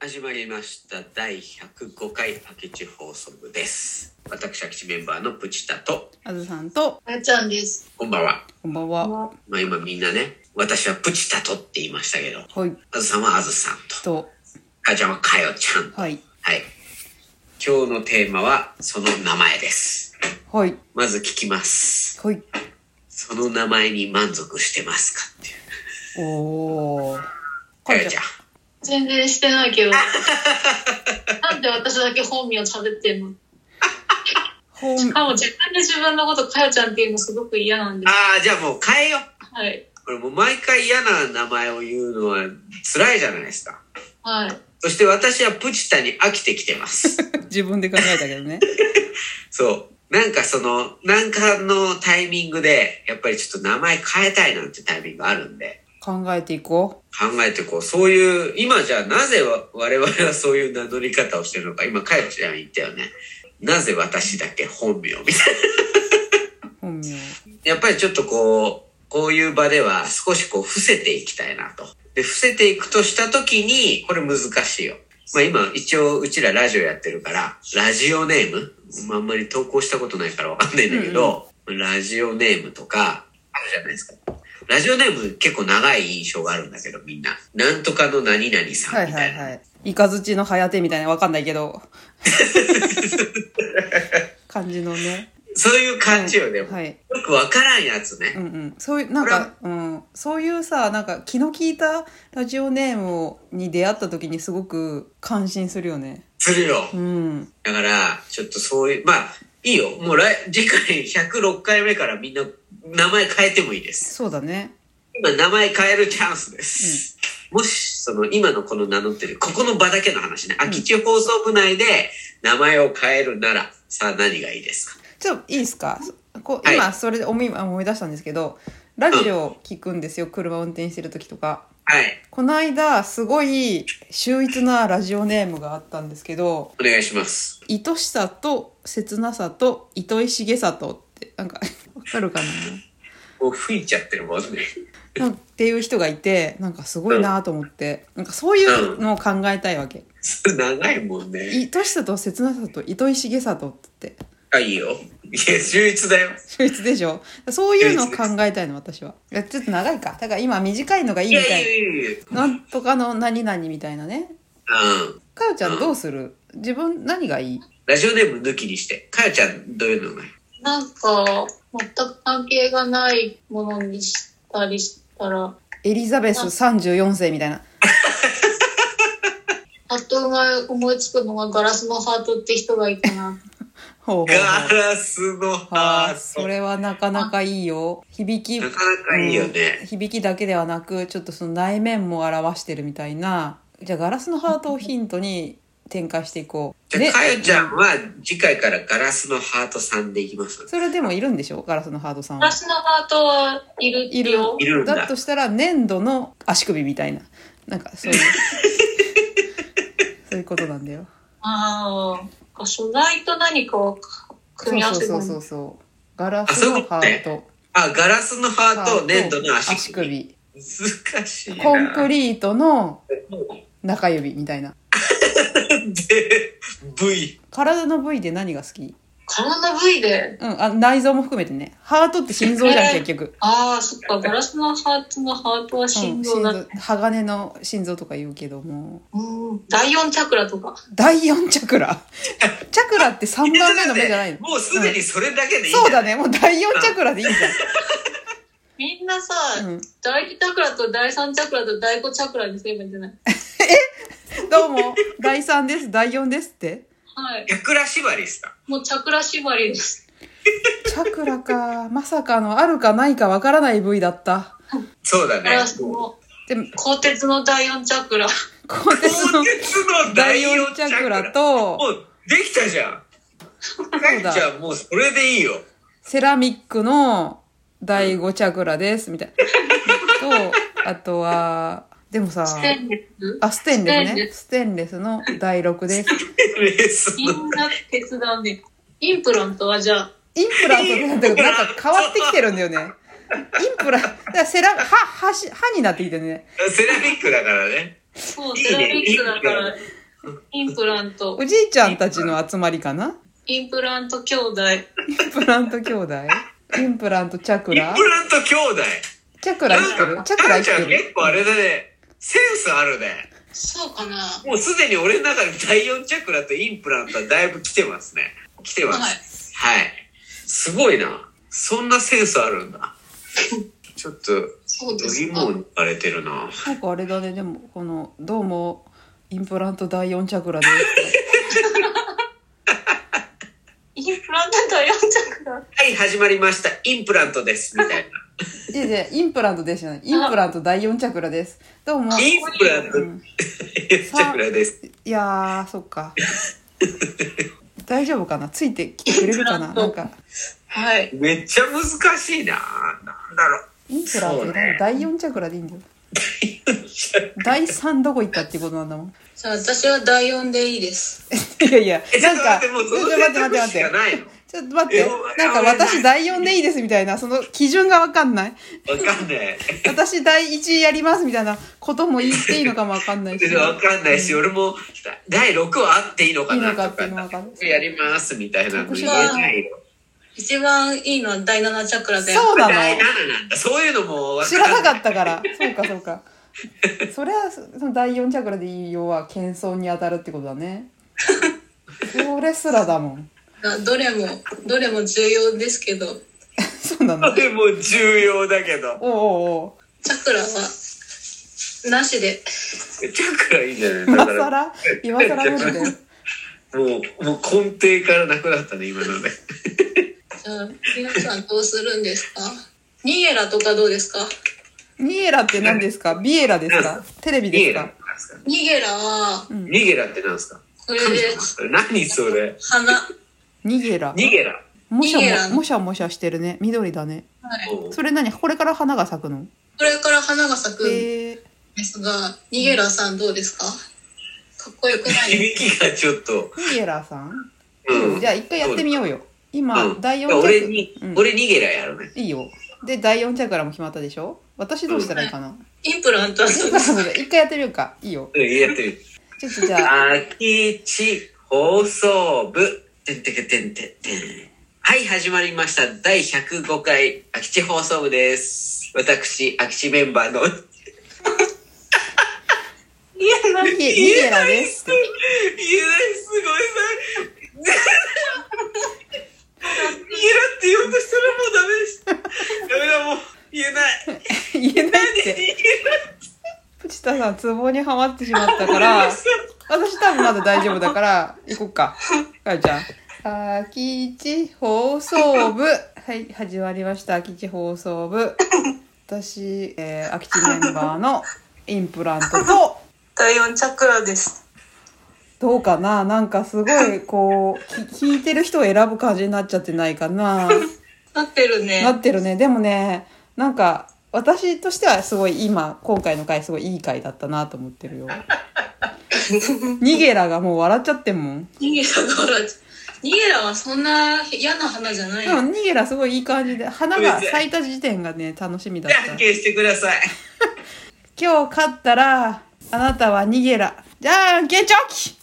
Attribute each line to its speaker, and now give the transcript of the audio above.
Speaker 1: 始まりました第105回明智放送部です私明智メンバーのプチタと
Speaker 2: あずさんと、
Speaker 3: あやちゃんです。
Speaker 1: こんばんは
Speaker 2: こんばんは。
Speaker 1: まあ今みんなね私はプチタとって言いましたけど
Speaker 2: はい、
Speaker 1: あずさんはあずさんと
Speaker 2: と、
Speaker 1: かよちゃんはかよちゃんと
Speaker 2: はい、
Speaker 1: はい今日のテーマはその名前です
Speaker 2: はい、
Speaker 1: まず聞きます
Speaker 2: はい。
Speaker 1: その名前に満足してますかっていう
Speaker 2: おー。
Speaker 1: か
Speaker 2: か
Speaker 1: よ
Speaker 2: よ
Speaker 1: ち
Speaker 2: ち
Speaker 1: ゃ
Speaker 2: ゃ
Speaker 1: ん
Speaker 2: ん
Speaker 3: 全然してないけど。なんで私だけ本名喋ってんの
Speaker 2: ほん
Speaker 3: し、かも自分で自分のことかよちゃんっていうのすごく嫌なんです。
Speaker 1: ああじゃあもう変えよう
Speaker 3: はい。
Speaker 1: これもう毎回嫌な名前を言うのは辛いじゃないですか
Speaker 3: はい。
Speaker 1: そして私はプチタに飽きてきてます
Speaker 2: 自分で考えたけどね。
Speaker 1: そう。なんかその、なんかのタイミングで、やっぱりちょっと名前変えたいなんてタイミングがあるんで、
Speaker 2: 考えていこ。
Speaker 1: 考えてこう、そういう、今じゃあなぜわ我々はそういう名乗り方をしてるのか、今、かよちゃん言ったよね。なぜ私だけ本名みたいう
Speaker 2: 本名。
Speaker 1: な。やっぱりちょっとこう、こういう場では少しこう、伏せていきたいなと。で、伏せていくとしたときに、これ難しいよ。まあ今、一応、うちらラジオやってるから、ラジオネーム、まあ、あんまり投稿したことないからわかんないんだけど、ラジオネームとか、あるじゃないですか。ラジオネーム結構長い印象があるんだけど、みんな。なんとかの何々さ
Speaker 2: は
Speaker 1: ん
Speaker 2: い
Speaker 1: みた
Speaker 2: はいい
Speaker 1: な。
Speaker 2: はい。イカズチの早手みたいな、わかんないけ ど。感じのね。
Speaker 1: そういう感じよね。
Speaker 2: はいはい
Speaker 1: よくわからんやつね。
Speaker 2: うんうん。そういう、なんか、うん。そういうさ、なんか気の利いたラジオネームに出会った時にすごく感心するよね。
Speaker 1: するよ。
Speaker 2: うん。
Speaker 1: だから、ちょっとそういう、まあ、いいよ。もう来、次回106回目からみんな名前変えてもいいです。
Speaker 2: そうだね。
Speaker 1: 今名前変えるチャンスです。もし、その今のこの名乗ってる、ここの場だけの話ね。空き地放送部内で名前を変えるなら、さあ何がいいですか
Speaker 2: ちょっといいですかこう
Speaker 1: はい
Speaker 2: 今それで思い,、思い出したんですけどラジオ聞くんですよ車運転してる時とか
Speaker 1: はい。
Speaker 2: この間すごい秀逸なラジオネームがあったんですけど
Speaker 1: お願いします。
Speaker 2: 「愛しさと切なさと糸井重里」ってなんか わかるか
Speaker 1: もう吹いちゃってるもんね。
Speaker 2: ななんっていう人がいてなんかすごいなと思ってなんかそういうのを考えたいわけ
Speaker 1: それ長いもん
Speaker 2: 「
Speaker 1: ね。
Speaker 2: 愛しさと切なさと糸井重里」って
Speaker 1: あ、いいよ。いや、秀逸だよ。
Speaker 2: 秀逸でしょ そういうのを考 えたいの私はいやちょっと長いかだから今短いのがいい
Speaker 1: い
Speaker 2: み
Speaker 1: やい
Speaker 2: た
Speaker 1: や
Speaker 2: いない
Speaker 1: やいや。
Speaker 2: なんとかの何々みたいなね。
Speaker 1: うん。
Speaker 2: かよちゃんどうする自分何がいい
Speaker 1: ラジオネーム抜きにして。かよちゃん、どういうのがいい
Speaker 3: なんか、全く関係がないものにしたりしたら、
Speaker 2: エリザベス34世みたいな。
Speaker 3: パッと思いつくのがガラスのハートって人がいたな。
Speaker 2: ほうほうほう
Speaker 1: ガラスの
Speaker 2: は
Speaker 1: ハ
Speaker 2: あ、
Speaker 1: ー
Speaker 2: そ
Speaker 1: ト。
Speaker 2: れはなかなかいいよ。響き、
Speaker 1: なかなかいいよね。
Speaker 2: うん響きだけではなく、ちょっとその内面も表してるみたいな。じゃあガラスのハートをヒントに展開していこう。
Speaker 1: じゃあ、かよちゃ
Speaker 2: ん。
Speaker 1: んは次回からガラスのハートさんでいきます。
Speaker 2: それでもいるんでしょガラスのハートさん
Speaker 3: ガ
Speaker 2: は
Speaker 3: ラ。スのハートはいる
Speaker 2: いる
Speaker 3: よ。
Speaker 1: いるんだ
Speaker 2: だとしたら粘土の足首みたいな。なんか そういう。そういうことなんだよ。
Speaker 3: ああ、素材と何かを組み合わせる
Speaker 2: そうそうそうそうガラスのハート
Speaker 1: あ、ガラスのハ
Speaker 2: ハ
Speaker 1: ート、粘土の足
Speaker 2: 足
Speaker 1: 首。
Speaker 2: 首
Speaker 1: 難しいな。
Speaker 2: コンクリートの
Speaker 1: リ。
Speaker 2: 中指みたいな
Speaker 1: で、V。
Speaker 2: 体の部位で何が好き
Speaker 3: 体の部位で。
Speaker 2: うんあ内臓も含めてねハートって心臓じゃん、
Speaker 3: えー
Speaker 2: 結局、
Speaker 3: ああ、そっか、ガラスのハートのハートは
Speaker 2: うん、
Speaker 3: 心臓だ。
Speaker 2: 鋼の心臓とか言うけども
Speaker 3: うん、第四チャクラとか。
Speaker 2: 第4チャクラチャクラって3番目の目じゃないの
Speaker 1: もうすでにそれだけでいいん
Speaker 2: そう
Speaker 1: だ。
Speaker 2: だねもう第4チャクラでいいじ
Speaker 3: みんなさ、
Speaker 2: ゃん、うん、
Speaker 3: 第二チャクラと第三チャクラと第五チャクラにすればいいんじゃない
Speaker 2: どうも第3です第4ですって
Speaker 3: はい。
Speaker 1: チャクラ縛りですか
Speaker 3: もうチャクラ縛りです。
Speaker 2: チャクラかまさかのあるかないかわからない部位だった
Speaker 1: そうだ
Speaker 3: ガラ
Speaker 1: ね。
Speaker 3: スの、
Speaker 2: で
Speaker 3: 鋼鉄の第四チャクラ。
Speaker 2: 鋼鉄の
Speaker 1: 鋼鉄の
Speaker 2: 第
Speaker 1: 第
Speaker 2: 4
Speaker 1: 4
Speaker 2: チ
Speaker 1: チ
Speaker 2: ャ
Speaker 1: ャ
Speaker 2: ク
Speaker 1: ク
Speaker 2: ラ
Speaker 1: ラ。
Speaker 2: と
Speaker 1: もう、できたじゃん。かよちゃん、もうそれでいいよ。
Speaker 2: セラミックの第5チャクラですみたいな。とあとはでもさ
Speaker 3: ステンレス。
Speaker 2: あステンレス
Speaker 3: ステン
Speaker 2: ね
Speaker 3: レ
Speaker 2: ステンレスの第6です。
Speaker 1: レース
Speaker 3: みんな鉄だね。インプラントはじゃあ、
Speaker 2: インプラントなんてなんか変わってきてるんだよね。インプラだからセラ歯歯し歯になってきてるね。
Speaker 1: セラミックだからね。
Speaker 3: そう、
Speaker 1: いい
Speaker 3: セ
Speaker 1: ね
Speaker 3: ラミックだから、インプラント
Speaker 2: お、じいちゃんたちの集まりかな
Speaker 3: インプラント兄弟、
Speaker 2: インプラント兄弟インプラントチャク
Speaker 1: インプ
Speaker 2: ラ
Speaker 1: ラント兄弟。
Speaker 2: チャクラ生きてるチャクラ
Speaker 1: タンち
Speaker 2: 生き
Speaker 1: ゃん
Speaker 2: てる
Speaker 1: 結構あれだね。センスあるね。
Speaker 3: そうかな。
Speaker 1: もうすでに俺の中に第4チャクラとインプラントはだいぶ来てますね。来てま
Speaker 3: はい。
Speaker 1: す。はい。すごいな。そんなセンスあるんだ。ちょっと、
Speaker 3: そうで
Speaker 1: 度
Speaker 3: すか
Speaker 1: 肝。を抜かれてるな。
Speaker 2: なんかあれだねでもこの「どうもインプラント第4チャクラです
Speaker 3: インプラント第4着だ。
Speaker 1: はい、始まりました。インプラントです。みたい」
Speaker 2: いやいやインプラントですよねインプラント第4チャクラですどうも
Speaker 1: な。インプラント
Speaker 2: う、ん
Speaker 1: チャクラです。
Speaker 2: いやーそっか大丈夫かなついてきてくれるかななんか
Speaker 3: はい。
Speaker 1: めっちゃ難しいな。なんだろう。
Speaker 2: インプラント
Speaker 1: そう
Speaker 2: で、
Speaker 1: ね
Speaker 2: 第4チャクラでいいんだよ第3どこ行ったってことなんだもん
Speaker 3: じゃあ私は第4でいいです。
Speaker 2: いやいや
Speaker 1: え、ちょ
Speaker 2: な
Speaker 1: っ
Speaker 2: ん
Speaker 1: と待って、
Speaker 2: か
Speaker 1: もう
Speaker 2: ちょ
Speaker 1: そ
Speaker 2: っ
Speaker 1: の
Speaker 2: と
Speaker 1: 選
Speaker 2: 待って待っ
Speaker 1: 択肢
Speaker 2: て
Speaker 1: し
Speaker 2: 待って
Speaker 1: かないの。
Speaker 2: ちょっと待って
Speaker 1: え
Speaker 2: なんか私第4でいいですみたいなその基準が分かんない
Speaker 1: わかんない。
Speaker 2: 私第1やりますみたいなことも言っていいのかも分かんないし
Speaker 1: わかんないし、俺も第6話あっていいのか
Speaker 2: いい
Speaker 1: な
Speaker 2: の
Speaker 1: と
Speaker 2: か
Speaker 1: か
Speaker 2: っていうのも分かんない
Speaker 1: やりますみたいなの言えないよ。
Speaker 3: 一番いいのは第7チャクラで。
Speaker 2: そうなの
Speaker 1: 第7なんだ。そういうのもわ
Speaker 2: 知らな
Speaker 1: かんない。
Speaker 2: かったからそうかそうかそれはその第4チャクラでいいよは謙遜に当たるってことだねそれすらだもん
Speaker 3: どれも、どれも重要ですけど、
Speaker 2: そうなの
Speaker 1: それも重要だけど。
Speaker 2: おうおうお
Speaker 3: チャクラは、なしで。
Speaker 1: チャクラいいんじゃないう
Speaker 2: 今
Speaker 1: だから、
Speaker 2: 更今更なんだよ
Speaker 1: もう、もう根底からなくなったね、今ので。
Speaker 3: じゃあ、皆さんどうするんですかニエラとかどうですか
Speaker 2: ニエラって何ですかビエラですかテレビ
Speaker 1: ニ
Speaker 2: で
Speaker 1: ゲ
Speaker 2: す
Speaker 1: ラって
Speaker 2: か
Speaker 1: なんですか
Speaker 3: ニゲラは、
Speaker 1: ニゲラってなんですか
Speaker 3: これで、
Speaker 1: 何それ
Speaker 3: 花。
Speaker 2: ニゲラ
Speaker 1: ニゲラ。
Speaker 2: もしゃ
Speaker 3: ニゲラ
Speaker 2: ももしゃもしゃしてるね緑だね
Speaker 3: はい。
Speaker 1: もう
Speaker 2: それ何これから花が咲くの
Speaker 3: これから花が咲くん
Speaker 2: へえ
Speaker 3: ですが、ニゲラさんどうですかかっこよくないで
Speaker 1: 響き
Speaker 3: すか
Speaker 1: がちょっと。
Speaker 2: ニゲラさん
Speaker 1: うん。
Speaker 2: じゃあ一回やってみようよ今、
Speaker 1: うん
Speaker 2: 第4
Speaker 1: 俺に、
Speaker 2: うん
Speaker 1: 俺ニゲラやるね。
Speaker 2: いいよで第4チャクラも決まったでしょ私どうしたらいいか な、
Speaker 3: インプラントはどう
Speaker 2: そ
Speaker 3: で
Speaker 2: う
Speaker 3: す
Speaker 2: そうそう一回やってみようかいいよ
Speaker 1: うん、やってみる。
Speaker 2: ちょっと じゃあ
Speaker 1: 空き地放送部。てんてけてんてんてん。はい、始まりました。第105回空き地放送部です。私、空き地メンバーの。
Speaker 3: か
Speaker 2: ニゲニゲラです
Speaker 1: 言えない、すごい さ。ニゲラって言おうとしたらもうダメでした。ダメだ、もう。言えない。
Speaker 2: 言 えないっ
Speaker 1: ニ
Speaker 2: て
Speaker 1: ゲ
Speaker 2: プチタさんツボにはまってしまったから
Speaker 1: ラさん
Speaker 2: 私多分まだ大丈夫だから行こっかかよちゃん空き地放送部はい始まりました空き地放送部私、えー、空き地メンバーのインプラントと
Speaker 3: 第4チャクラです。
Speaker 2: どうかななんかすごい、こう、き聞いてる人を選ぶ感じになっちゃってないかな
Speaker 3: なってるね。
Speaker 2: なってるね。でもね、なんか、私としてはすごい今、今回の回すごいいい回だったなと思ってるよ。ニゲラがもう笑っちゃってんもん。
Speaker 3: ニゲラが笑っちゃうニゲラはそんな嫌な花じゃない
Speaker 2: でもニゲラすごいいい感じで、花が咲いた時点がね、楽しみだっ
Speaker 1: じゃ
Speaker 2: た
Speaker 1: ん。けんしてください。
Speaker 2: 今日勝ったら、あなたはニゲラ。じゃんけんチョキ